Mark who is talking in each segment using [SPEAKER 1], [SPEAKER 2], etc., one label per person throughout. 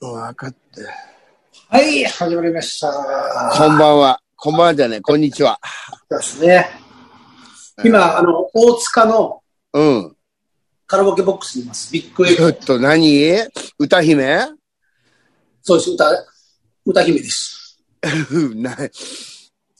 [SPEAKER 1] 分かって。
[SPEAKER 2] はい、始まりました。
[SPEAKER 1] こんばんは。こんばんはじゃねえ、こんにちは。
[SPEAKER 2] ですね。今、あの、大塚の
[SPEAKER 1] うん。
[SPEAKER 2] カラオケボックスにいます。ビッグエ
[SPEAKER 1] ちょ
[SPEAKER 2] コ
[SPEAKER 1] っ。と何歌姫
[SPEAKER 2] そうです、歌、歌姫です。
[SPEAKER 1] な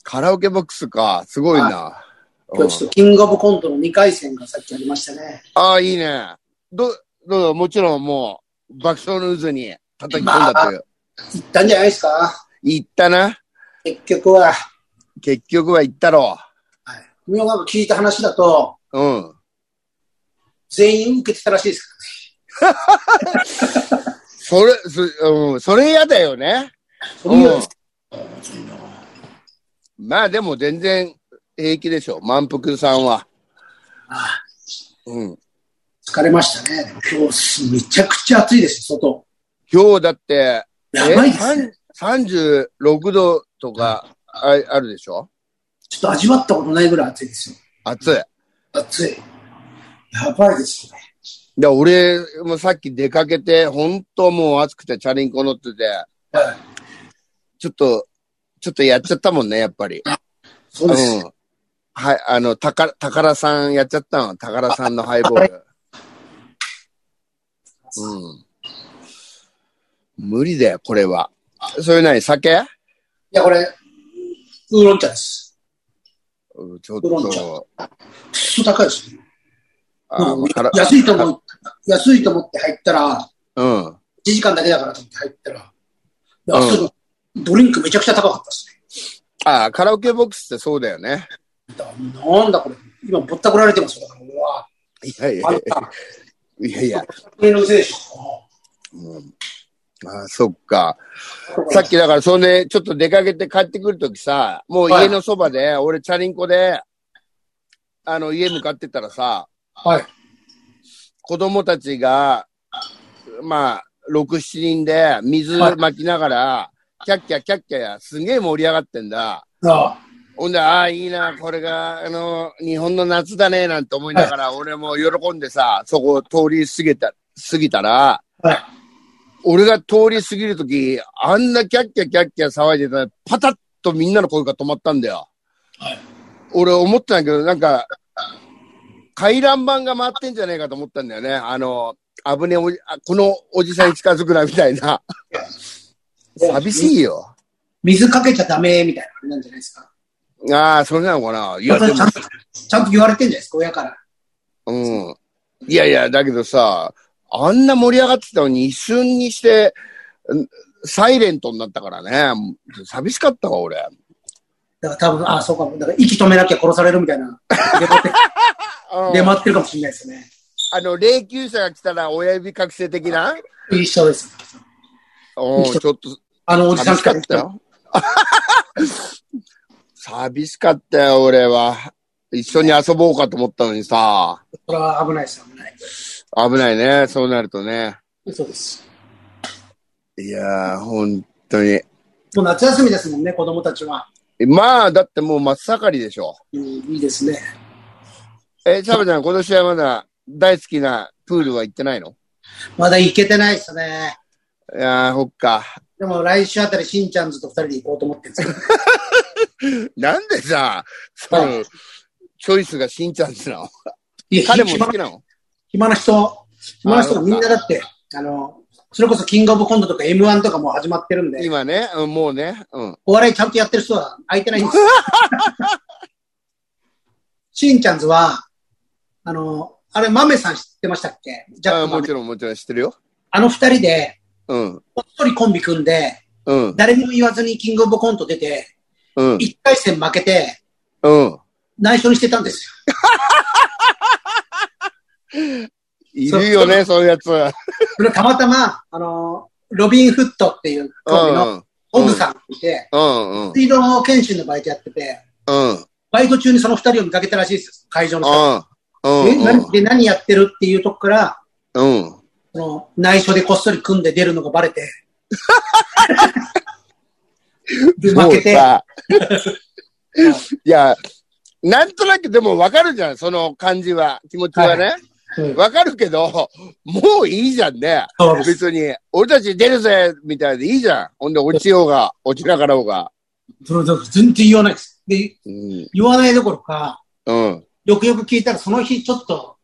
[SPEAKER 1] カラオケボックスか。すごいな。う
[SPEAKER 2] 今
[SPEAKER 1] ん
[SPEAKER 2] 日ちょっとキングオブコントの2回戦がさっきありましたね。
[SPEAKER 1] ああ、いいね。ど、どうぞ、もちろんもう、爆笑の渦に叩き込んだという。
[SPEAKER 2] 行ったんじゃないですか
[SPEAKER 1] 行ったな。
[SPEAKER 2] 結局は。
[SPEAKER 1] 結局は行ったろ
[SPEAKER 2] はい。みおが聞いた話だと、
[SPEAKER 1] う。うん。
[SPEAKER 2] 全員受けてたらしいですか
[SPEAKER 1] それ、そ,、うん、それ嫌だよね。
[SPEAKER 2] らね。
[SPEAKER 1] うんまあでも全然平気でしょ。満腹さんは。
[SPEAKER 2] あ
[SPEAKER 1] うん。
[SPEAKER 2] 疲れましたね。今日、めちゃくちゃ暑いです、外。
[SPEAKER 1] 今日だって、
[SPEAKER 2] やばいですね。
[SPEAKER 1] 三36度とかああるでしょ
[SPEAKER 2] ちょっと味わったことないぐらい暑いですよ。
[SPEAKER 1] 暑い。
[SPEAKER 2] 暑い。やばいですね。
[SPEAKER 1] で、俺もさっき出かけて、本当もう暑くてチャリンコ乗ってて、
[SPEAKER 2] はい。
[SPEAKER 1] ちょっと、ちょっとやっちゃったもんね、やっぱり。
[SPEAKER 2] そうです。
[SPEAKER 1] ん。はい、あの、たか、宝さんやっちゃったの。宝さんのハイボール。うん。無理だよ、これは。それ何酒
[SPEAKER 2] いや、これ、ウーロン茶です。
[SPEAKER 1] うんちょっ
[SPEAKER 2] ウーロン
[SPEAKER 1] と、
[SPEAKER 2] くっそ高いですよ。
[SPEAKER 1] あ
[SPEAKER 2] うん
[SPEAKER 1] から
[SPEAKER 2] 安いと思う、安いと思って入ったら、
[SPEAKER 1] うん。
[SPEAKER 2] 1時間だけだからと思って入ったら、
[SPEAKER 1] ん
[SPEAKER 2] 安いドリンクめちゃくちゃ高かったですね。
[SPEAKER 1] あカラオケボックスってそうだよね。
[SPEAKER 2] だからなんだこれ。今ぼったくられてますよ。だから、うわ
[SPEAKER 1] いやいや
[SPEAKER 2] あ
[SPEAKER 1] い
[SPEAKER 2] んた、
[SPEAKER 1] や、いやいや、
[SPEAKER 2] これのせいでしょ。
[SPEAKER 1] うんあそっか。さっきだから、そんで、ちょっと出かけて帰ってくるときさ、もう家のそばで、俺、チャリンコで、あの、家向かってたらさ、
[SPEAKER 2] はい。
[SPEAKER 1] 子供たちが、まあ、6、7人で水まきながら、キャッキャキャッキャ、すげえ盛り上がってんだ。
[SPEAKER 2] ああ
[SPEAKER 1] ほんで、ああ、いいな、これが、あの、日本の夏だね、なんて思いながら、俺も喜んでさ、そこを通り過ぎた、過ぎたら、
[SPEAKER 2] はい
[SPEAKER 1] 俺が通り過ぎるとき、あんなキャッキャキャッキャ騒いでたら、パタッとみんなの声が止まったんだよ。
[SPEAKER 2] はい
[SPEAKER 1] 俺思ってないけど、なんか、回覧板が回ってんじゃねえかと思ったんだよね。あの、危ねえおじ、あこのおじさんに近づくな、みたいな。寂しいよ。
[SPEAKER 2] 水かけちゃダメみたいなあれなんじゃないですか。
[SPEAKER 1] ああ、それなのかな。い
[SPEAKER 2] い
[SPEAKER 1] や、でも
[SPEAKER 2] ちゃんと、ちゃんと言われてんじゃないですか、親から。
[SPEAKER 1] うん。いやいや、だけどさ、あんな盛り上がってたのに一瞬にして、んサイレントになったからね。寂しかったわ、俺。
[SPEAKER 2] だから多分、ああ、そうかも。だから息止めなきゃ殺されるみたいな。出回って出回ってるかもしれないですね。
[SPEAKER 1] あの、霊柩車が来たら親指覚醒的な
[SPEAKER 2] 一緒です。
[SPEAKER 1] うん、ちょっと
[SPEAKER 2] あのおじさん
[SPEAKER 1] 寂しかったよ。 寂しかったよ、俺は。一緒に遊ぼうかと思ったのにさ、
[SPEAKER 2] これは危ないです、危ない。
[SPEAKER 1] 危ないね、そうなるとね。
[SPEAKER 2] そうです。
[SPEAKER 1] いやー、本当に。
[SPEAKER 2] もう夏休みですもんね、子供たちは。
[SPEAKER 1] まあ、だってもう真っ盛りでしょ。
[SPEAKER 2] うん、いいですね。
[SPEAKER 1] え、サブちゃん、今年はまだ大好きなプールは行ってないの
[SPEAKER 2] まだ行けてないですね。
[SPEAKER 1] いやー、ほっか。
[SPEAKER 2] でも来週あたり、しんちゃんずと二人で行こうと思ってるんですけど。
[SPEAKER 1] なんでさ、その、
[SPEAKER 2] は
[SPEAKER 1] チョイスがしんちゃんなの
[SPEAKER 2] いや
[SPEAKER 1] 彼も
[SPEAKER 2] 暇
[SPEAKER 1] 好きなの
[SPEAKER 2] 暇な人、暇な人が
[SPEAKER 1] あ
[SPEAKER 2] みんなだって、あの、それこそキングオブコントとか M1 とかもう始まってるんで、
[SPEAKER 1] 今ね、うんもうね、うん。
[SPEAKER 2] お笑いちゃんとやってる人は空いてない んですよ。しんちゃんズは、あの、あれ、マメさん知ってましたっけジャッ
[SPEAKER 1] あ
[SPEAKER 2] クマ
[SPEAKER 1] も
[SPEAKER 2] メ
[SPEAKER 1] ちろん、もちろん知ってるよ。
[SPEAKER 2] あの二人で、
[SPEAKER 1] うん、
[SPEAKER 2] こっそりコンビ組んで、
[SPEAKER 1] うん、
[SPEAKER 2] 誰にも言わずにキングオブコント出て、
[SPEAKER 1] うん、
[SPEAKER 2] 一回戦負けて、
[SPEAKER 1] うん。
[SPEAKER 2] 内緒にしてたんです
[SPEAKER 1] いるよね、そういうやつ。うん、
[SPEAKER 2] よ。それたまたま、あのーロビン・フットっていうコンビのオブさんっていて、
[SPEAKER 1] うん、うん、
[SPEAKER 2] 水道検診のバイトやってて、
[SPEAKER 1] うん、
[SPEAKER 2] バイト中にその二人を見かけたらしいですよ、会場の人
[SPEAKER 1] うん、
[SPEAKER 2] で何で、何やってるっていうとこから、
[SPEAKER 1] うん。
[SPEAKER 2] その内緒でこっそり組んで出るのが バレて、で負けて、
[SPEAKER 1] もうさ いや、なんとなくでもわかるじゃん、その感じは、気持ちはね。
[SPEAKER 2] うん
[SPEAKER 1] わかるけど、もういいじゃんね。
[SPEAKER 2] そうです。
[SPEAKER 1] 別に、俺たち出るぜみたいでいいじゃん。ほんで落ちようが、落ちながらほうが。
[SPEAKER 2] それ全然言わないです。で、
[SPEAKER 1] うん。
[SPEAKER 2] 言わないどころか、
[SPEAKER 1] うん。
[SPEAKER 2] よくよく聞いたらその日ちょっと、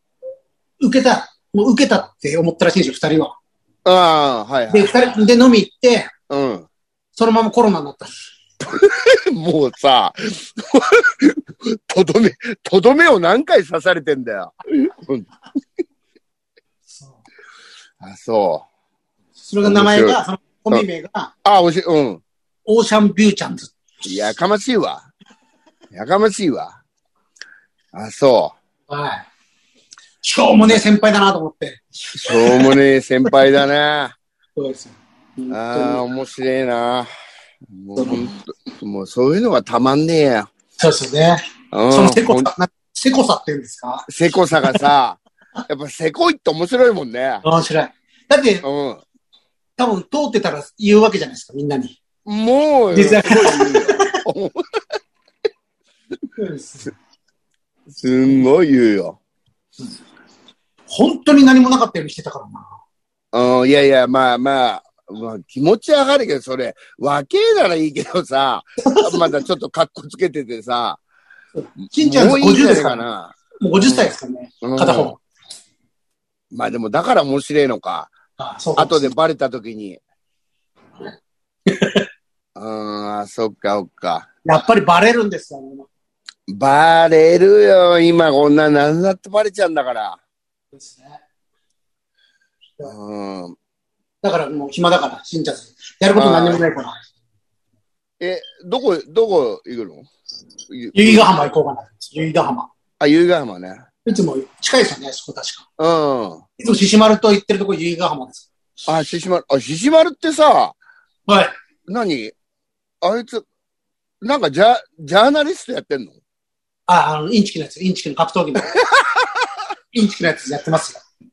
[SPEAKER 2] 受けた、もう受けたって思ったらしいんですよ、二人は。
[SPEAKER 1] ああ、はいは
[SPEAKER 2] で、
[SPEAKER 1] い。
[SPEAKER 2] 二人で飲み行って、
[SPEAKER 1] うん。
[SPEAKER 2] そのままコロナになったんです。
[SPEAKER 1] もうさ、とどめ、とどめを何回刺されてんだよ。あ、そう。
[SPEAKER 2] それが名前
[SPEAKER 1] 面
[SPEAKER 2] が、そのコンビ名が、
[SPEAKER 1] あ、おし、うん。
[SPEAKER 2] オーシャンビューちゃんズ。
[SPEAKER 1] やかましいわ。やかましいわ。あ、そ
[SPEAKER 2] はい。しょうもねえ先輩だなと思って。
[SPEAKER 1] う。しょうもねえ先輩だな。
[SPEAKER 2] そうですよ。本
[SPEAKER 1] ああ、
[SPEAKER 2] 当に
[SPEAKER 1] 面白いな。もうほんと、もうそういうのがたまんねえや。
[SPEAKER 2] そうですよね。
[SPEAKER 1] うん。
[SPEAKER 2] そのせこ
[SPEAKER 1] ほん
[SPEAKER 2] さ、なせこさって言うんですか
[SPEAKER 1] せこさがさ、やっぱせこいって面白いもんね。
[SPEAKER 2] 面白い。だって、
[SPEAKER 1] うん。
[SPEAKER 2] 多分通ってたら言うわけじゃないですか、みんなに。
[SPEAKER 1] もう、
[SPEAKER 2] 実際
[SPEAKER 1] すごい言うよすんごい言うよ。
[SPEAKER 2] 本当に何もなかったようにしてたからな。
[SPEAKER 1] うん、いやいや、まあまあ、まあ、気持ち上がるけど、それ、若えならいいけど さ、まだちょっと格好つけててさ、
[SPEAKER 2] 金ちゃん
[SPEAKER 1] もういいんじ
[SPEAKER 2] 50
[SPEAKER 1] ゃ
[SPEAKER 2] で
[SPEAKER 1] な
[SPEAKER 2] す
[SPEAKER 1] いか
[SPEAKER 2] から。
[SPEAKER 1] な。
[SPEAKER 2] もう50歳ですからね、
[SPEAKER 1] うん
[SPEAKER 2] 片方。
[SPEAKER 1] まあでも、だから面白いのか。
[SPEAKER 2] あそうか
[SPEAKER 1] 後で。バレた時に。 うん、あそっか、そっか。
[SPEAKER 2] やっぱりバレるんですよ、ね。
[SPEAKER 1] バレるよ、今、こんな、なんだってバレちゃうんだから。
[SPEAKER 2] ですね。
[SPEAKER 1] うん。
[SPEAKER 2] だからもう暇だから、しんちゃん。やること何にもないから。
[SPEAKER 1] え、どこ、どこ行くのゆ
[SPEAKER 2] 由比ヶ浜行こうかな。由比ヶ浜。
[SPEAKER 1] あ、由比ヶ浜ね。
[SPEAKER 2] いつも近いですよね、そこ確か。
[SPEAKER 1] うん。
[SPEAKER 2] いつも獅子丸と行ってるとこ由比ヶ浜です。
[SPEAKER 1] あ、獅子丸。あ、獅子丸ってさ、
[SPEAKER 2] はい。
[SPEAKER 1] 何あいつ、なんかジャ、ジャーナリストやってんの
[SPEAKER 2] あ、あの、インチキのやつ、インチキの格闘 技の。インチキのやつやってますよ。
[SPEAKER 1] い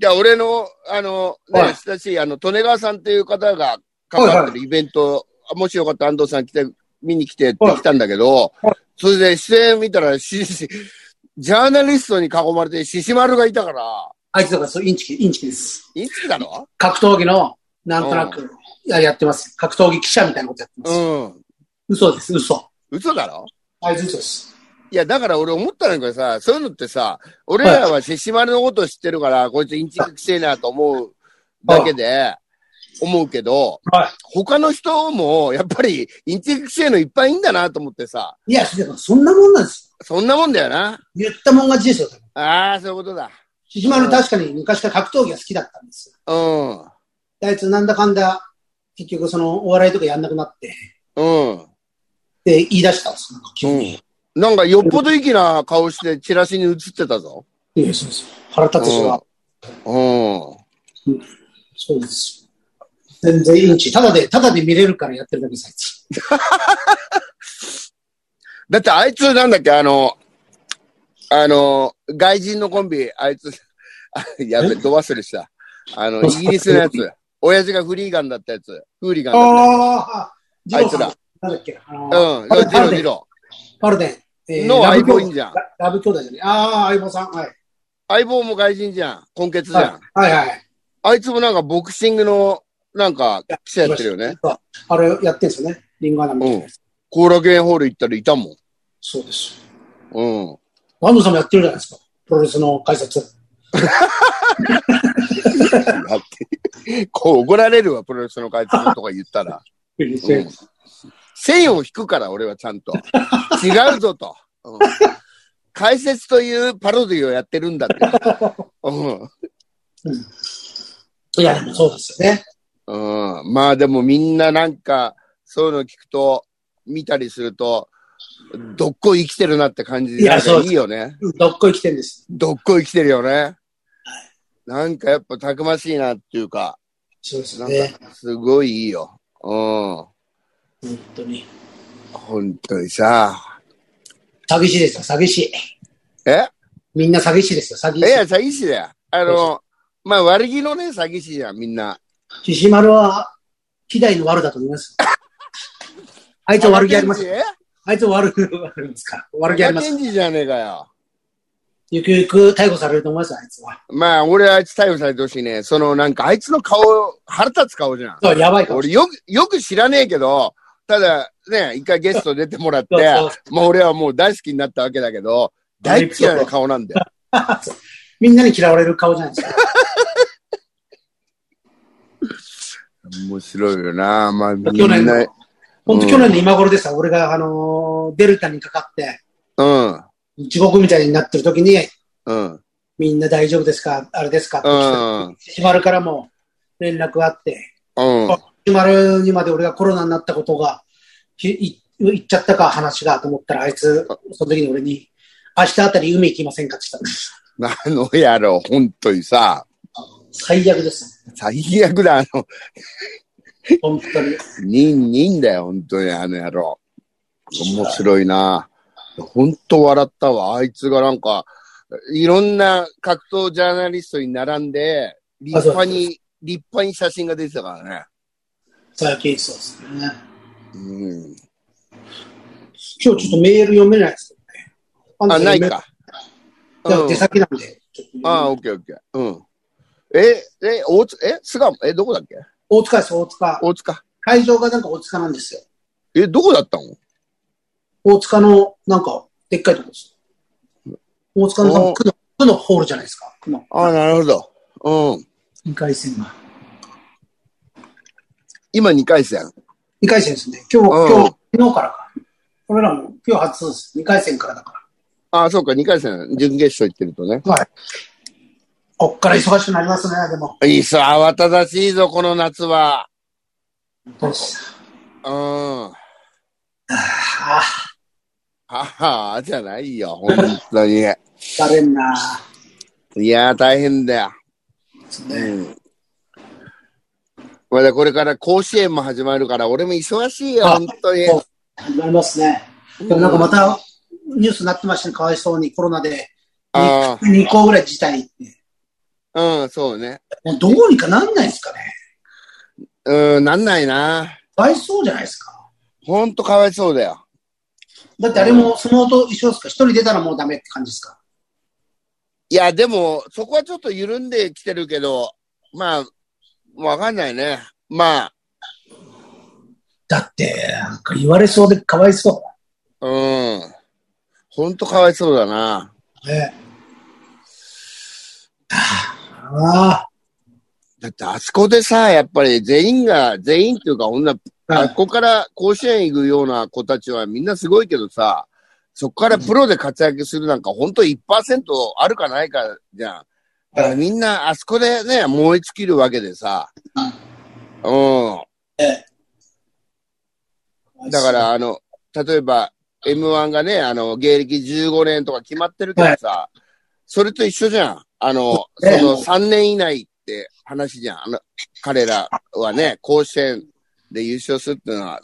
[SPEAKER 1] や、俺の、あの、ね、
[SPEAKER 2] はい
[SPEAKER 1] 親しい、あの、利根川さんっていう方が関わってるイベント、あもしよかったら安藤さん来て、見に来てって
[SPEAKER 2] はい
[SPEAKER 1] 来たんだけど、
[SPEAKER 2] はい
[SPEAKER 1] それで出演見たら、し、し、ジャーナリストに囲まれて、獅子丸がいたから、
[SPEAKER 2] あいつだからそう、インチキ、インチキです。
[SPEAKER 1] いつだろ
[SPEAKER 2] 格闘技の、なんとなく、いややってます。格闘技記者みたいなことやってま
[SPEAKER 1] う
[SPEAKER 2] す。
[SPEAKER 1] ん。
[SPEAKER 2] 嘘です、嘘。
[SPEAKER 1] 嘘だろ
[SPEAKER 2] あいつ嘘です。
[SPEAKER 1] いや、だから俺思ったんだけどさ、そういうのってさ、俺らは獅子丸のこと知ってるから、こいつインチキくせえなと思うだけで、思うけど、
[SPEAKER 2] はい
[SPEAKER 1] 他の人も、やっぱり、インチキくせえのいっぱいいんだなと思ってさ、
[SPEAKER 2] いや、だからそんなもんなんです
[SPEAKER 1] そんなもんだよな。
[SPEAKER 2] よ。言ったもん勝ちですよ。
[SPEAKER 1] ああ、そういうことだ。
[SPEAKER 2] シシマル確かに昔から格闘技が好きだったんですよ。
[SPEAKER 1] う
[SPEAKER 2] であいつなんだかんだ、結局そのお笑いとかやんなくなって、
[SPEAKER 1] ん。うん。
[SPEAKER 2] で、言い出したんですよ。なんか急に。
[SPEAKER 1] なんか、よっぽど粋な顔して、チラシに映ってたぞ。
[SPEAKER 2] いや、そうですよ。腹立つしは、
[SPEAKER 1] うん。うん。
[SPEAKER 2] そうですよ。全然インチ。ただで、ただで見れるからやってるだけです、あいつ。
[SPEAKER 1] だって、あいつ、なんだっけ、あの、あの、外人のコンビ、あいつ、 あやべ、ど忘れした。あの、イギリスのやつ。親父がフリーガンだったやつ。フーリガンだっ
[SPEAKER 2] ああ、ジ
[SPEAKER 1] あ
[SPEAKER 2] ロ
[SPEAKER 1] い
[SPEAKER 2] ーさ
[SPEAKER 1] つ
[SPEAKER 2] ん
[SPEAKER 1] ら。
[SPEAKER 2] なんだっけ、あの
[SPEAKER 1] たやつ。うん。
[SPEAKER 2] パル
[SPEAKER 1] ジ
[SPEAKER 2] パ
[SPEAKER 1] ロ
[SPEAKER 2] ルデ
[SPEAKER 1] ジ
[SPEAKER 2] ン、
[SPEAKER 1] ロ。
[SPEAKER 2] パルデン、え
[SPEAKER 1] の
[SPEAKER 2] ラブ
[SPEAKER 1] 相
[SPEAKER 2] 兄
[SPEAKER 1] 棒い
[SPEAKER 2] 弟
[SPEAKER 1] んじゃん
[SPEAKER 2] ララブ兄弟じゃない。ああ、相棒さん、はい。
[SPEAKER 1] 相棒も外人じゃん。根血じゃん。
[SPEAKER 2] はい、はい、はい。
[SPEAKER 1] あいつもなんか、ボクシングの、なんか、記者やってるよね。
[SPEAKER 2] そう。あれやってんすよね。リンゴアナみたいなやつ
[SPEAKER 1] 後楽園ホール行ったらいたもん。
[SPEAKER 2] そうです。
[SPEAKER 1] うん。
[SPEAKER 2] 安藤さんもやってるじゃないですか。プロレスの解説。
[SPEAKER 1] だって、こう怒られるわ、プロレスの解説とか言ったら。うん線を引くから、俺はちゃんと。違うぞと。うん解説というパロディをやってるんだって。うん
[SPEAKER 2] いや、でもそうですよね。
[SPEAKER 1] うん、まあでもみんななんか、そういうの聞くと、見たりすると、どっこい生きてるなって感じで、
[SPEAKER 2] いや
[SPEAKER 1] なんか
[SPEAKER 2] そう
[SPEAKER 1] い
[SPEAKER 2] で
[SPEAKER 1] いよね。
[SPEAKER 2] どっこい来てんです。
[SPEAKER 1] どっこい生きてるよね。なんかやっぱたくましいなっていうか、
[SPEAKER 2] そうです
[SPEAKER 1] なん
[SPEAKER 2] ね。
[SPEAKER 1] かすごいいいよ。うん。
[SPEAKER 2] 本当に。
[SPEAKER 1] 本当にさ。
[SPEAKER 2] 詐欺師ですよ、詐欺師。
[SPEAKER 1] え
[SPEAKER 2] みんな詐欺師ですよ、詐欺
[SPEAKER 1] いや、
[SPEAKER 2] 師。
[SPEAKER 1] 詐欺師だよ。あの、まあ、悪気のね、詐欺師じゃん、みんな。
[SPEAKER 2] 獅子丸は、希代の悪だと思い ます。あいつは悪気ありますよ。
[SPEAKER 1] え
[SPEAKER 2] あいつは悪、悪いんですから。悪気ありま
[SPEAKER 1] ケ
[SPEAKER 2] す。
[SPEAKER 1] ンジじゃねえかよ。
[SPEAKER 2] ゆくゆく逮捕されると思いますよ、あいつは。
[SPEAKER 1] まあ、俺あいつ逮捕されてほしいね。その、なんか、あいつの顔、腹立つ顔じゃん。
[SPEAKER 2] そう、やばいかもし
[SPEAKER 1] 俺、よく、よく知らねえけど、ただ、ね、一回ゲスト出てもらって、
[SPEAKER 2] れない。そうそう
[SPEAKER 1] もう俺はもう大好きになったわけだけど、大っ嫌いな顔なんだよ。
[SPEAKER 2] みんなに嫌われる顔じゃないですか。
[SPEAKER 1] 面白いよな。まあ、み
[SPEAKER 2] 去年
[SPEAKER 1] んな
[SPEAKER 2] の、、本当去年の今頃でさ、俺が、あのーデルタにかかって、
[SPEAKER 1] うん、
[SPEAKER 2] 地獄みたいになってる時に、
[SPEAKER 1] うん、
[SPEAKER 2] みんな大丈夫ですかあれですかって
[SPEAKER 1] うん
[SPEAKER 2] 来て、しまるからも連絡あって、
[SPEAKER 1] うん。
[SPEAKER 2] しまるにまで俺がコロナになったことが、ひい言っちゃったか話がと思ったら、あいつ、その時に俺に、明日あたり海行きませんかって言ったんです。
[SPEAKER 1] あの野郎、本当にさ、
[SPEAKER 2] 最悪です。
[SPEAKER 1] 最悪だ、あの、
[SPEAKER 2] 本当に。
[SPEAKER 1] ニンニンだよ、本当に、あの野郎。面白いな。本当笑ったわ。あいつがなんか、いろんな格闘ジャーナリストに並んで、立派に、立派に写真が出てたからね。
[SPEAKER 2] 最近そうですね。
[SPEAKER 1] うん。
[SPEAKER 2] 今日ちょっとメール読めないですよね。
[SPEAKER 1] あ、ない。か。
[SPEAKER 2] いや出
[SPEAKER 1] うん、
[SPEAKER 2] 先なんで。ちょっと
[SPEAKER 1] ああ、オッケーオッケー。うん。え、え、大塚、え、巣鴨、え、どこだっけ
[SPEAKER 2] 大塚です、大塚。
[SPEAKER 1] 大塚。
[SPEAKER 2] 会場がなんか大塚なんですよ。
[SPEAKER 1] え、どこだったの
[SPEAKER 2] 大塚の、なんか、でっかいとこです。大塚の多分区の区のホールじゃないですか。区の
[SPEAKER 1] ああ、なるほど。うん。
[SPEAKER 2] 2回戦が。
[SPEAKER 1] 今2回戦。
[SPEAKER 2] 2回戦ですね。今日、
[SPEAKER 1] うん
[SPEAKER 2] 今日、昨日からか。俺らも今日初です。2回戦からだか
[SPEAKER 1] ああ、そうか、2回戦、準決勝行ってるとね。
[SPEAKER 2] ら。はい。こっから忙しくなりますね、でも。
[SPEAKER 1] いいっす、慌ただしいぞ、この夏は。
[SPEAKER 2] どうした
[SPEAKER 1] うん。は
[SPEAKER 2] ああ、
[SPEAKER 1] は、じゃないよ、本当に。
[SPEAKER 2] 疲れんな。
[SPEAKER 1] いやー、大変だよ。
[SPEAKER 2] そう
[SPEAKER 1] う
[SPEAKER 2] ね
[SPEAKER 1] ん。まだこれから甲子園も始まるから、俺も忙しいよ、
[SPEAKER 2] あ
[SPEAKER 1] 本当に。
[SPEAKER 2] そう始まりますね。でもなんかまた、ニュースになってましたね、かわいそうに、コロナで。
[SPEAKER 1] あ
[SPEAKER 2] 2校ぐらい辞退って。
[SPEAKER 1] あ、うん、そうね。
[SPEAKER 2] もうどうにかなんないですかね。
[SPEAKER 1] うん、なんないな。
[SPEAKER 2] かわいそうじゃないですか。
[SPEAKER 1] ほんとかわいそうだよ。
[SPEAKER 2] だってあれも相撲と一緒ですか一人出たらもうダメって感じですか
[SPEAKER 1] いや、でも、そこはちょっと緩んできてるけど、まあ、わかんないね。ま
[SPEAKER 2] だって、なんか言われそうでかわいそ
[SPEAKER 1] あ、うん。ほんとかわいそうだな。
[SPEAKER 2] う。ねあ
[SPEAKER 1] だって、あそこでさ、やっぱり全員が、全員っていうか、女、
[SPEAKER 2] あ、
[SPEAKER 1] あそこから甲子園行くような子たちはみんなすごいけどさ、そこからプロで活躍するなんか本当1%あるかないかじゃん。だからみんなあそこでね、燃え尽きるわけでさ。う
[SPEAKER 2] うん
[SPEAKER 1] ん。だか、らあの、例えば M1 がね、あの、芸歴15年とか決まってるけどさ、それと一緒じゃん。あの、
[SPEAKER 2] ええ
[SPEAKER 1] その3年以内って話じゃん。あの、彼らはね、甲子園で優勝するっていうのは、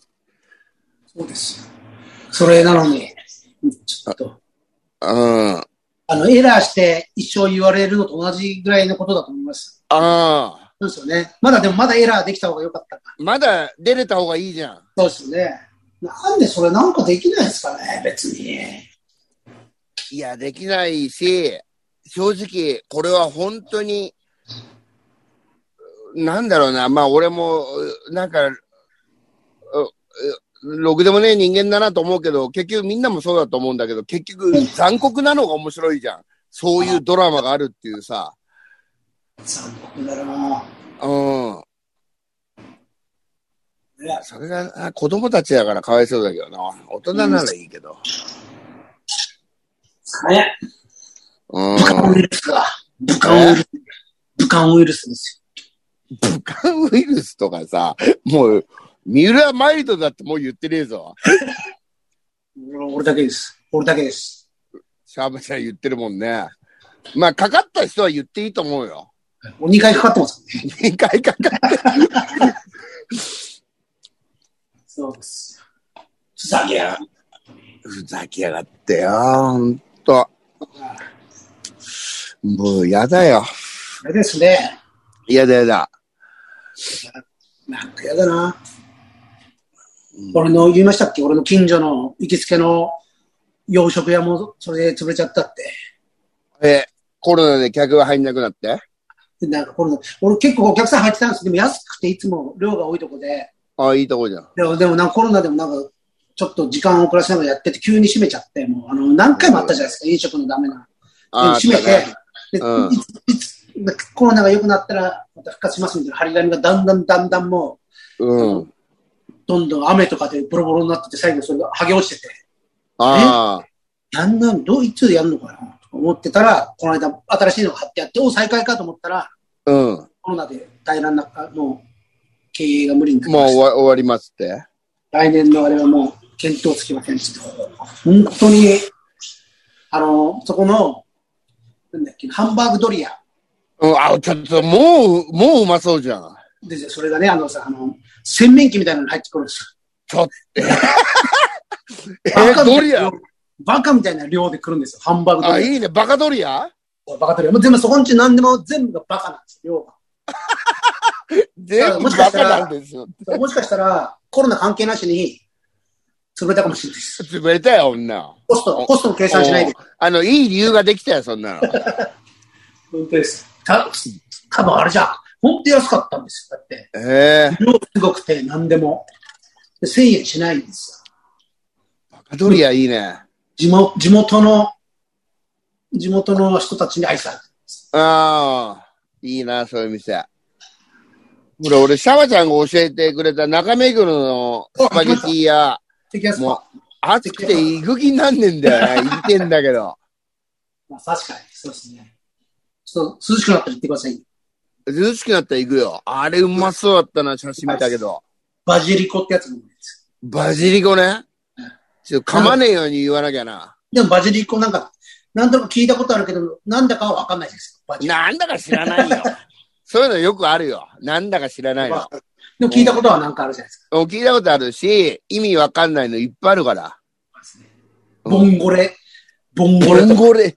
[SPEAKER 2] そうです。それなのに、ちょっと、
[SPEAKER 1] うん。
[SPEAKER 2] あの、エラーして一生言われるのと同じぐらいのことだと思います。
[SPEAKER 1] ああ、
[SPEAKER 2] そうですよね。まだでもまだエラーできた方が良かったか。
[SPEAKER 1] まだ出れた方がいいじゃん。
[SPEAKER 2] そうですね。なんでそれなんかできないですかね、別に。
[SPEAKER 1] いや、できないし、正直、これは本当に、なんだろうな、まあ俺も、うなんか、ううろくでもねえ人間だなと思うけど、結局みんなもそうだと思うんだけど、結局残酷なのが面白いじゃん。そういうドラマがあるっていうさ。
[SPEAKER 2] 残酷だな
[SPEAKER 1] うん。
[SPEAKER 2] ぁ。ね
[SPEAKER 1] それがあ子供たちだからかわいそうだけどな。大人ならいいけど。
[SPEAKER 2] ね
[SPEAKER 1] うん。
[SPEAKER 2] 武漢ウイルスが、武漢ウイルス、武漢ウイルスです
[SPEAKER 1] 武漢ウイルスとかさ、もう、三浦マイルドだってもう言ってねえぞ。
[SPEAKER 2] よ。俺だけです。俺だけです。
[SPEAKER 1] シャーバシャー言ってるもんね。まあ、かかった人は言っていいと思うよ。
[SPEAKER 2] もう2回かかってますからね。
[SPEAKER 1] 2回かかっ
[SPEAKER 2] そうです。ふざけやがって
[SPEAKER 1] ふざけやがってよ、ほんと。もう、やだよ。
[SPEAKER 2] あれですね。
[SPEAKER 1] やだやだ。
[SPEAKER 2] なんかやだな。俺の、言いましたっけ俺の近所の行きつけの洋食屋もそれで潰れちゃったって。
[SPEAKER 1] え、コロナで客が入んなくなって
[SPEAKER 2] でなんかコロナ、俺結構お客さん入ってたんですでも安くていつも量が多いとこで、
[SPEAKER 1] ああ、いいとこじゃん。
[SPEAKER 2] でもでもなんかコロナでもなんか、ちょっと時間遅らせながらやってて、急に閉めちゃって、もう、あの、何回もあったじゃないですか、飲食のダメな。
[SPEAKER 1] ああ、
[SPEAKER 2] で閉め
[SPEAKER 1] あった
[SPEAKER 2] て
[SPEAKER 1] ね、
[SPEAKER 2] で
[SPEAKER 1] うん
[SPEAKER 2] いついつコロナが良くなったら、また復活しますみたいな張り紙がだんだんだんだんも
[SPEAKER 1] うん。
[SPEAKER 2] う、どんどん雨とかでボロボロになってて、最後それが剥げ落ちてて、
[SPEAKER 1] ああ、
[SPEAKER 2] やんなん、どう、いつやるのかなと思ってたら、この間、新しいのが貼ってあって、お、再開かと思ったら、
[SPEAKER 1] うん。
[SPEAKER 2] コロナで大乱な、あもう、経営が無理になり
[SPEAKER 1] もう
[SPEAKER 2] まし
[SPEAKER 1] 終
[SPEAKER 2] た。
[SPEAKER 1] わ終わりますって。
[SPEAKER 2] 来年のあれはもう、検討つきませんっつって本当に、あの、そこの、なんだっけ、ハンバーグドリア。
[SPEAKER 1] うん、あ、ちょっともう、もううまそうじゃん。
[SPEAKER 2] で、それがね、あのさ、あの、洗面器みたいなのに入ってくるんです
[SPEAKER 1] ちょっと。え
[SPEAKER 2] よ。バカ
[SPEAKER 1] ド
[SPEAKER 2] みたい
[SPEAKER 1] リ
[SPEAKER 2] な
[SPEAKER 1] ア
[SPEAKER 2] 量。バカみたいな量で来るんですよ。ハンバーグド
[SPEAKER 1] あ、
[SPEAKER 2] リ
[SPEAKER 1] いいね。バカドリア
[SPEAKER 2] ア。バカドリア。もう全部そこんち何でも全部がバカなんですよ。
[SPEAKER 1] 全部
[SPEAKER 2] もしか
[SPEAKER 1] バ
[SPEAKER 2] したら
[SPEAKER 1] カなんですよ。
[SPEAKER 2] 量がもしかした ら、コロナ関係なしに、潰れたかもしれないです。
[SPEAKER 1] 潰れたよ、女。
[SPEAKER 2] コスト、コストの計算しないで
[SPEAKER 1] お。あの、いい理由ができたよ、そん なの。
[SPEAKER 2] 本当です。た、多分あれじゃん、本当安かったんですよ。だって、
[SPEAKER 1] ええ
[SPEAKER 2] 量すごくて何でも。で1000円しないんですよ。
[SPEAKER 1] バカドリアいいね。
[SPEAKER 2] 地元、地元の、地元の人たちに愛されてる。
[SPEAKER 1] ああ、いいな、そういう店。ほら、俺、シャワちゃんが教えてくれた中目黒のスパゲティ屋、
[SPEAKER 2] 敵安
[SPEAKER 1] もう
[SPEAKER 2] か。、
[SPEAKER 1] 暑くていぐきになんねんだよ ね。言ってんだけど。
[SPEAKER 2] まあ、確かに、そうですね。ちょっと涼しくなったら行ってください。
[SPEAKER 1] 涼しくなったら行くよ。あれうまそうだったな、写真見たけど。
[SPEAKER 2] バジリコってやつもいいです。
[SPEAKER 1] バジリコね。ちょっと噛まねえように言わなきゃな。
[SPEAKER 2] でもバジリコなんか、なんとか聞いたことあるけど、なんだかはわかんないです。バジリコ。
[SPEAKER 1] なんだか知ら ないよ。そういうのよくあるよ。なんだか知らないの。
[SPEAKER 2] でも聞いたことはなんかあるじゃないですか。
[SPEAKER 1] 聞いたことあるし、意味わかんないのいっぱいある から。うん
[SPEAKER 2] ボンゴレ。ボンゴ
[SPEAKER 1] ボ
[SPEAKER 2] レ
[SPEAKER 1] ン
[SPEAKER 2] とか
[SPEAKER 1] ゴレ、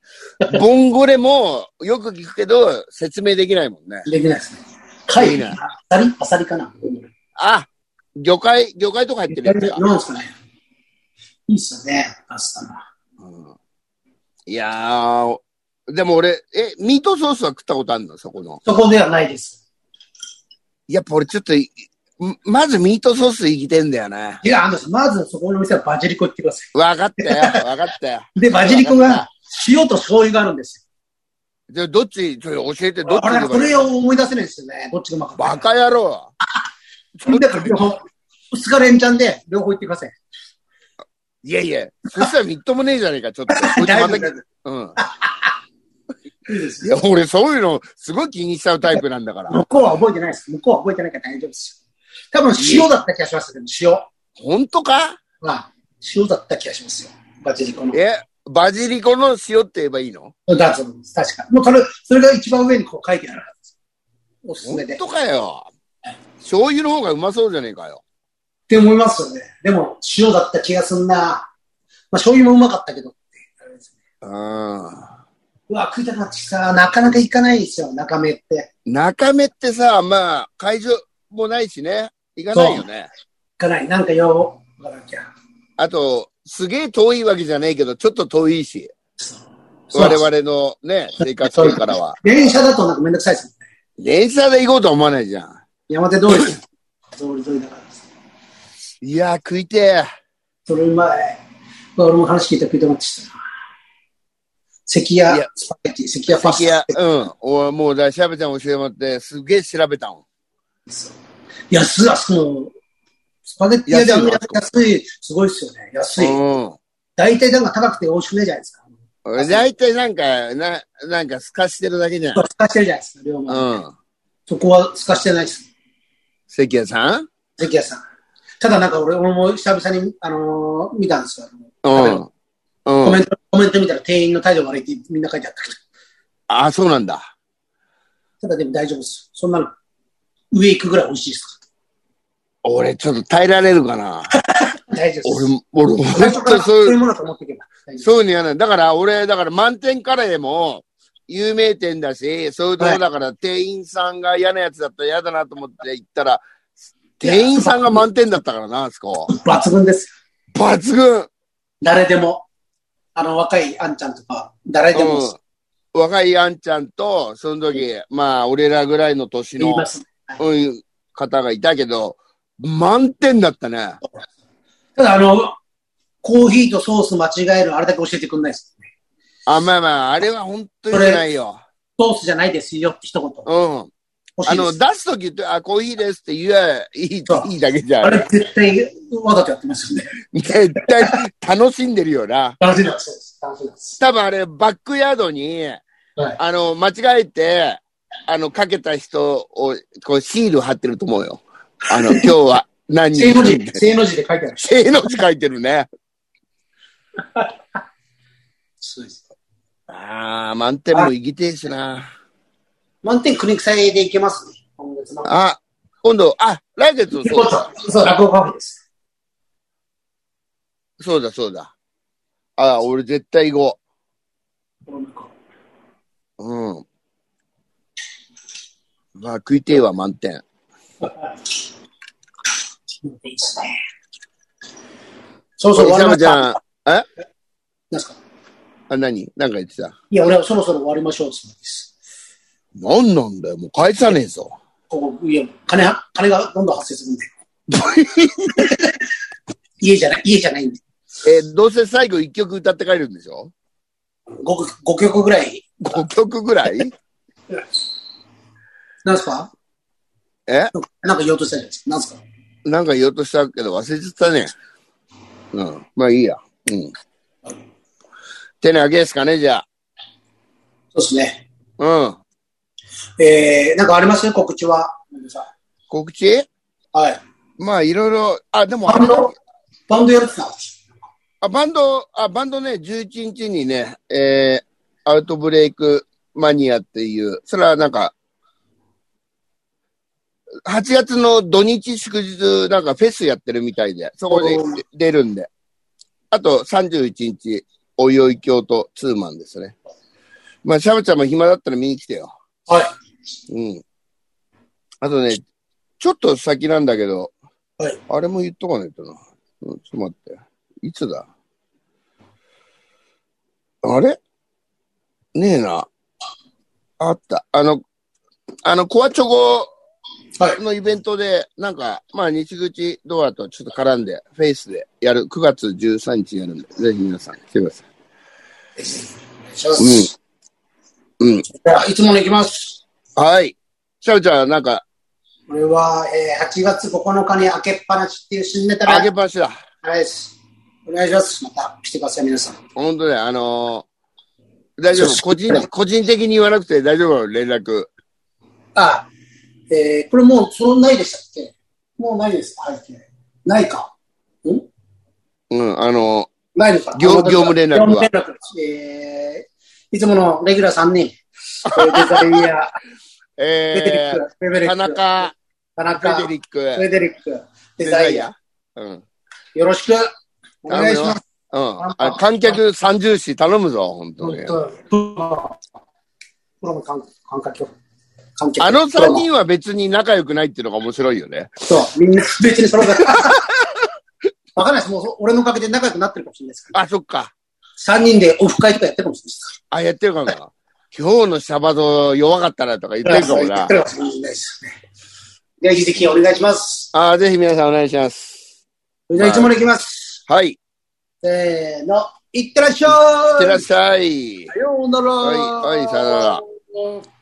[SPEAKER 1] ボンゴレもよく聞くけど、説明できないもんね。
[SPEAKER 2] できないですね。貝
[SPEAKER 1] いいね
[SPEAKER 2] アサリアサリかなボンゴレ
[SPEAKER 1] あ、魚介、魚介とか入ってるやつか。
[SPEAKER 2] なんですかね。いいっすよね、パスタの。
[SPEAKER 1] うんいやー、でも俺、え、ミートソースは食ったことあるのそこの。
[SPEAKER 2] そこではないです。
[SPEAKER 1] やっぱ俺ちょっとい、んまずミートソース生きてんだよね。
[SPEAKER 2] いや、あの、まずそこの店はバジリコ行ってくださ
[SPEAKER 1] 分かったよ、 分かったよ。
[SPEAKER 2] い。で、バジリコが塩と醤油があるんです
[SPEAKER 1] じゃあどっち、それ教えて、ど
[SPEAKER 2] よ。
[SPEAKER 1] っち
[SPEAKER 2] 俺は
[SPEAKER 1] が
[SPEAKER 2] これを思い出せないんですよね。どっちがうまかったか
[SPEAKER 1] バカ野郎。ちょっ
[SPEAKER 2] だ
[SPEAKER 1] と
[SPEAKER 2] から両方、二日連チャンで両方行ってください。
[SPEAKER 1] いやいや、そしたらみっともねえじゃねえか、ちょっ と。こいつま
[SPEAKER 2] 大丈夫
[SPEAKER 1] た
[SPEAKER 2] 大丈
[SPEAKER 1] うん。
[SPEAKER 2] 夫 いいです
[SPEAKER 1] いや、俺そういうの、すごい気にしちゃうタイプなんだから。
[SPEAKER 2] 向こうは覚えてないです。向こうは覚えてないから大丈夫ですよ。多分塩だった気がしますけど、塩
[SPEAKER 1] 本当か
[SPEAKER 2] は、塩だった気がしますよ。バジリコの。
[SPEAKER 1] え、バジリコの塩って言えばいいの
[SPEAKER 2] だと思います。確か。もうそれ、それが一番上にこう書いてあるはずです。おすす
[SPEAKER 1] 本
[SPEAKER 2] めで。っ
[SPEAKER 1] 当かよ。醤油の方がうまそうじゃねえかよ。
[SPEAKER 2] て思いますよね。でも、塩だった気がすんな。まあ、醤油もうまかったけどってあれですね
[SPEAKER 1] うん。
[SPEAKER 2] うわ、食いたくなってきた。なかなか行かないですよ、中目って。
[SPEAKER 1] 中目ってさ、まあ、会場もないしね、行かないよね。
[SPEAKER 2] 行かない。なんかよ、わからなきゃ。
[SPEAKER 1] あと、すげえ遠いわけじゃねえけど、ちょっと遠いし、
[SPEAKER 2] そう
[SPEAKER 1] 我々のね、生活圏からは。
[SPEAKER 2] 電車だとなんかめんどくさいですもんね。
[SPEAKER 1] 電車で行こうとは思わないじゃん。
[SPEAKER 2] 山手通りです。通り通りだからです。
[SPEAKER 1] いやー、食いて
[SPEAKER 2] それ前、まあ、俺も話聞いて食いたくなってきたな。関
[SPEAKER 1] い
[SPEAKER 2] 屋
[SPEAKER 1] や
[SPEAKER 2] スパゲティ、関
[SPEAKER 1] え。
[SPEAKER 2] 屋パ
[SPEAKER 1] 関
[SPEAKER 2] スタ
[SPEAKER 1] 屋。、うん。おもう、だ、しゃべちゃん教えてもらって、すげえ調べたもん。
[SPEAKER 2] いや、すあそこの、スパゲッティ屋であんな
[SPEAKER 1] 安いよ
[SPEAKER 2] 安い、すごいっすよね。安い。大体なんか高くて美味しくないじゃないですか。
[SPEAKER 1] うん。大体なんか、な、なんか透かしてるだけじゃん。
[SPEAKER 2] 透かしてるじゃないですか、龍馬。
[SPEAKER 1] うん。
[SPEAKER 2] そこは透かしてないです。
[SPEAKER 1] 関谷さん
[SPEAKER 2] 関谷さん。ただなんか俺俺も久々に、あのー見たんですよ。
[SPEAKER 1] うん。
[SPEAKER 2] コ
[SPEAKER 1] う
[SPEAKER 2] メ
[SPEAKER 1] ん。
[SPEAKER 2] ント、コメント見たら店員の態度悪いってみんな書いてあったけど。
[SPEAKER 1] あ、そうなんだ。
[SPEAKER 2] ただでも大丈夫です。そんなの、上行くぐらい美味しいです
[SPEAKER 1] 俺、ちょっと耐えられるか な。
[SPEAKER 2] から。大丈夫
[SPEAKER 1] 俺
[SPEAKER 2] です。
[SPEAKER 1] も、俺、
[SPEAKER 2] 最初
[SPEAKER 1] 本当
[SPEAKER 2] から
[SPEAKER 1] に
[SPEAKER 2] そ
[SPEAKER 1] そうういう
[SPEAKER 2] い、うものだと思っていけば大丈夫
[SPEAKER 1] そういうの嫌なんだ。だから俺、だから満点カレーも有名店だし、そういうとこだから店員さんが嫌なやつだったら嫌だなと思って行ったら、店員さんが満点だったからな、あそこ。
[SPEAKER 2] です。抜群ですよ。
[SPEAKER 1] 抜群
[SPEAKER 2] 誰でも。あの、若いあんちゃんとか、誰でも、
[SPEAKER 1] うん若いあんちゃんと、その時、まあ、俺らぐらいの年
[SPEAKER 2] 言い
[SPEAKER 1] の
[SPEAKER 2] ま、す。
[SPEAKER 1] うん、方がいたけど、満点だったね。
[SPEAKER 2] ただ、あの、コーヒーとソース間違えるあれだけ教えてくんないです。
[SPEAKER 1] あ、まあまあ、あれは本当にないよ。
[SPEAKER 2] ソースじゃないですよって一言。
[SPEAKER 1] うん。
[SPEAKER 2] 欲し
[SPEAKER 1] あ
[SPEAKER 2] いで
[SPEAKER 1] の、
[SPEAKER 2] す。
[SPEAKER 1] 出すときって、あ、コーヒーですって言え、いい
[SPEAKER 2] そ、う
[SPEAKER 1] いいだけじゃ
[SPEAKER 2] あ
[SPEAKER 1] ん。
[SPEAKER 2] れ絶対わざとやってますよね。
[SPEAKER 1] 絶対楽しんでるよな。
[SPEAKER 2] 楽しいです。そうです楽しいです。
[SPEAKER 1] 多分あれ、バックヤードに、
[SPEAKER 2] はい。
[SPEAKER 1] あの、間違えて、あの、かけた人を、こう、シール貼ってると思うよ。あの、今日は何
[SPEAKER 2] 正 の字
[SPEAKER 1] 人、。
[SPEAKER 2] 正の字で書いてある。
[SPEAKER 1] 正の字書いてるね。
[SPEAKER 2] そうです。
[SPEAKER 1] ああ、満点もいきてえしな。
[SPEAKER 2] 満点国臭いでいけますね。今月の。
[SPEAKER 1] あ、今度、あ、来月、そう
[SPEAKER 2] そう
[SPEAKER 1] だ、
[SPEAKER 2] そう、そう、落語カフェです。
[SPEAKER 1] そうだ、そうだ。あ俺絶対行こう。うん。まあ、食いてえわ、満点。
[SPEAKER 2] いいですね。そう
[SPEAKER 1] そ
[SPEAKER 2] そう、
[SPEAKER 1] う、
[SPEAKER 2] 終わ
[SPEAKER 1] サ
[SPEAKER 2] りま
[SPEAKER 1] ム
[SPEAKER 2] し
[SPEAKER 1] ち
[SPEAKER 2] た。
[SPEAKER 1] ゃ、
[SPEAKER 2] なん
[SPEAKER 1] え
[SPEAKER 2] ですか
[SPEAKER 1] あ、何なんか言ってた。
[SPEAKER 2] いや、俺はそろそろ終わりましょうって言うんです。
[SPEAKER 1] なんなんだよ、もう返さねえぞ。
[SPEAKER 2] ここ、いや、金は、金がどんどん発生するんで。 家じゃない、家じゃないんで。
[SPEAKER 1] え、どうせ最後一曲歌って帰るんでしょ
[SPEAKER 2] 5, 5曲ぐらい。
[SPEAKER 1] ?5 曲ぐらい
[SPEAKER 2] なんすか
[SPEAKER 1] え
[SPEAKER 2] なんか言おうとしたじゃないですか。なんすか
[SPEAKER 1] なんか言おうとしたけど忘れちゃったね。うん。まあいいや。うん。てなわけですかね、じゃ
[SPEAKER 2] そうですね。
[SPEAKER 1] あ。うん。
[SPEAKER 2] えー、なんかあります告知は。
[SPEAKER 1] 告知
[SPEAKER 2] はい。
[SPEAKER 1] まあいろいろ、あ、でも
[SPEAKER 2] バ
[SPEAKER 1] あれ
[SPEAKER 2] ンドバンドやるってな。
[SPEAKER 1] あ、バンド、あ、バンドね、11日にね、えー、アウトブレイクマニアっていう、それはなんか、8月の土日祝日なんかフェスやってるみたいで、そこで
[SPEAKER 2] おー
[SPEAKER 1] 出るんで。あと31日、おいおい京都ツーマンですね。まあ、シャムちゃんも暇だったら見に来てよ。
[SPEAKER 2] はい。
[SPEAKER 1] うん。あとね、ちょっと先なんだけど、
[SPEAKER 2] はい
[SPEAKER 1] あれも言っとかないとな。うん、ちょっと待って。いつだあれねえな。あった。あの、あの、コアチョコ
[SPEAKER 2] はい。
[SPEAKER 1] のイベントで、なんか、まあ、西口ドアとちょっと絡んで、フェイスでやる、9月13日にやるんで、ぜひ皆さん来てください。うんうん
[SPEAKER 2] じゃあいつもの行きます。
[SPEAKER 1] はい。シャブちゃん、なんか、
[SPEAKER 2] これは、えー、8月9日に開けっぱなしっていう新ネタ
[SPEAKER 1] あげっ
[SPEAKER 2] が
[SPEAKER 1] ぱなしだ。
[SPEAKER 2] はいです。お願いします。また来てください、皆さん。
[SPEAKER 1] 本当ね、あのー大丈
[SPEAKER 2] そう
[SPEAKER 1] 夫。個人、個人的に言わなくて大丈夫連絡。
[SPEAKER 2] あ、えー、これもう、そのないでしたっけもうないですか、背景。ないか。ん
[SPEAKER 1] うん、あの
[SPEAKER 2] ないのかな
[SPEAKER 1] 業業務連絡は
[SPEAKER 2] 業務連絡ですえー、いつものレギュラー3人。えーデザイア、
[SPEAKER 1] ー
[SPEAKER 2] フェデリ ッ
[SPEAKER 1] え
[SPEAKER 2] ク、フェデ
[SPEAKER 1] ー、
[SPEAKER 2] リッ
[SPEAKER 1] 田
[SPEAKER 2] ク、
[SPEAKER 1] 中、
[SPEAKER 2] 田
[SPEAKER 1] フ
[SPEAKER 2] 中、
[SPEAKER 1] ェデ
[SPEAKER 2] フ
[SPEAKER 1] リッ
[SPEAKER 2] ェ
[SPEAKER 1] ク、
[SPEAKER 2] デリック、デ
[SPEAKER 1] デ
[SPEAKER 2] ザ
[SPEAKER 1] ザ
[SPEAKER 2] イ
[SPEAKER 1] イ
[SPEAKER 2] ア
[SPEAKER 1] ア。。うん。
[SPEAKER 2] よろしくお願いし
[SPEAKER 1] 頼む
[SPEAKER 2] ます。
[SPEAKER 1] ようん。あ観客三重視頼むぞ、本当
[SPEAKER 2] 本
[SPEAKER 1] に。
[SPEAKER 2] 当プロの、プロの観観客。観客
[SPEAKER 1] あの
[SPEAKER 2] プロ
[SPEAKER 1] 三人は別に仲良くないっていうのが面白いよね。
[SPEAKER 2] そう、みんな別 にそれが。わかんないです。もうそ俺のおかげで仲良くなってるかもしれないですから。
[SPEAKER 1] あ、そっか。
[SPEAKER 2] 3人でオフ会とかやってるかもし
[SPEAKER 1] あ、やってるかも な。今日のシャバド弱かったなとか言っ
[SPEAKER 2] れ
[SPEAKER 1] て
[SPEAKER 2] ないで
[SPEAKER 1] る
[SPEAKER 2] す
[SPEAKER 1] かも
[SPEAKER 2] か ら。や
[SPEAKER 1] な
[SPEAKER 2] って。るかもしれないですね。では、引き続きお願いします。
[SPEAKER 1] あーぜひ皆さんお願いします。
[SPEAKER 2] じゃあ、いつもでいきます。
[SPEAKER 1] はい。い
[SPEAKER 2] せーの、いってらっしゃい
[SPEAKER 1] ってらっしゃい。
[SPEAKER 2] さようなら
[SPEAKER 1] はいはいさようなら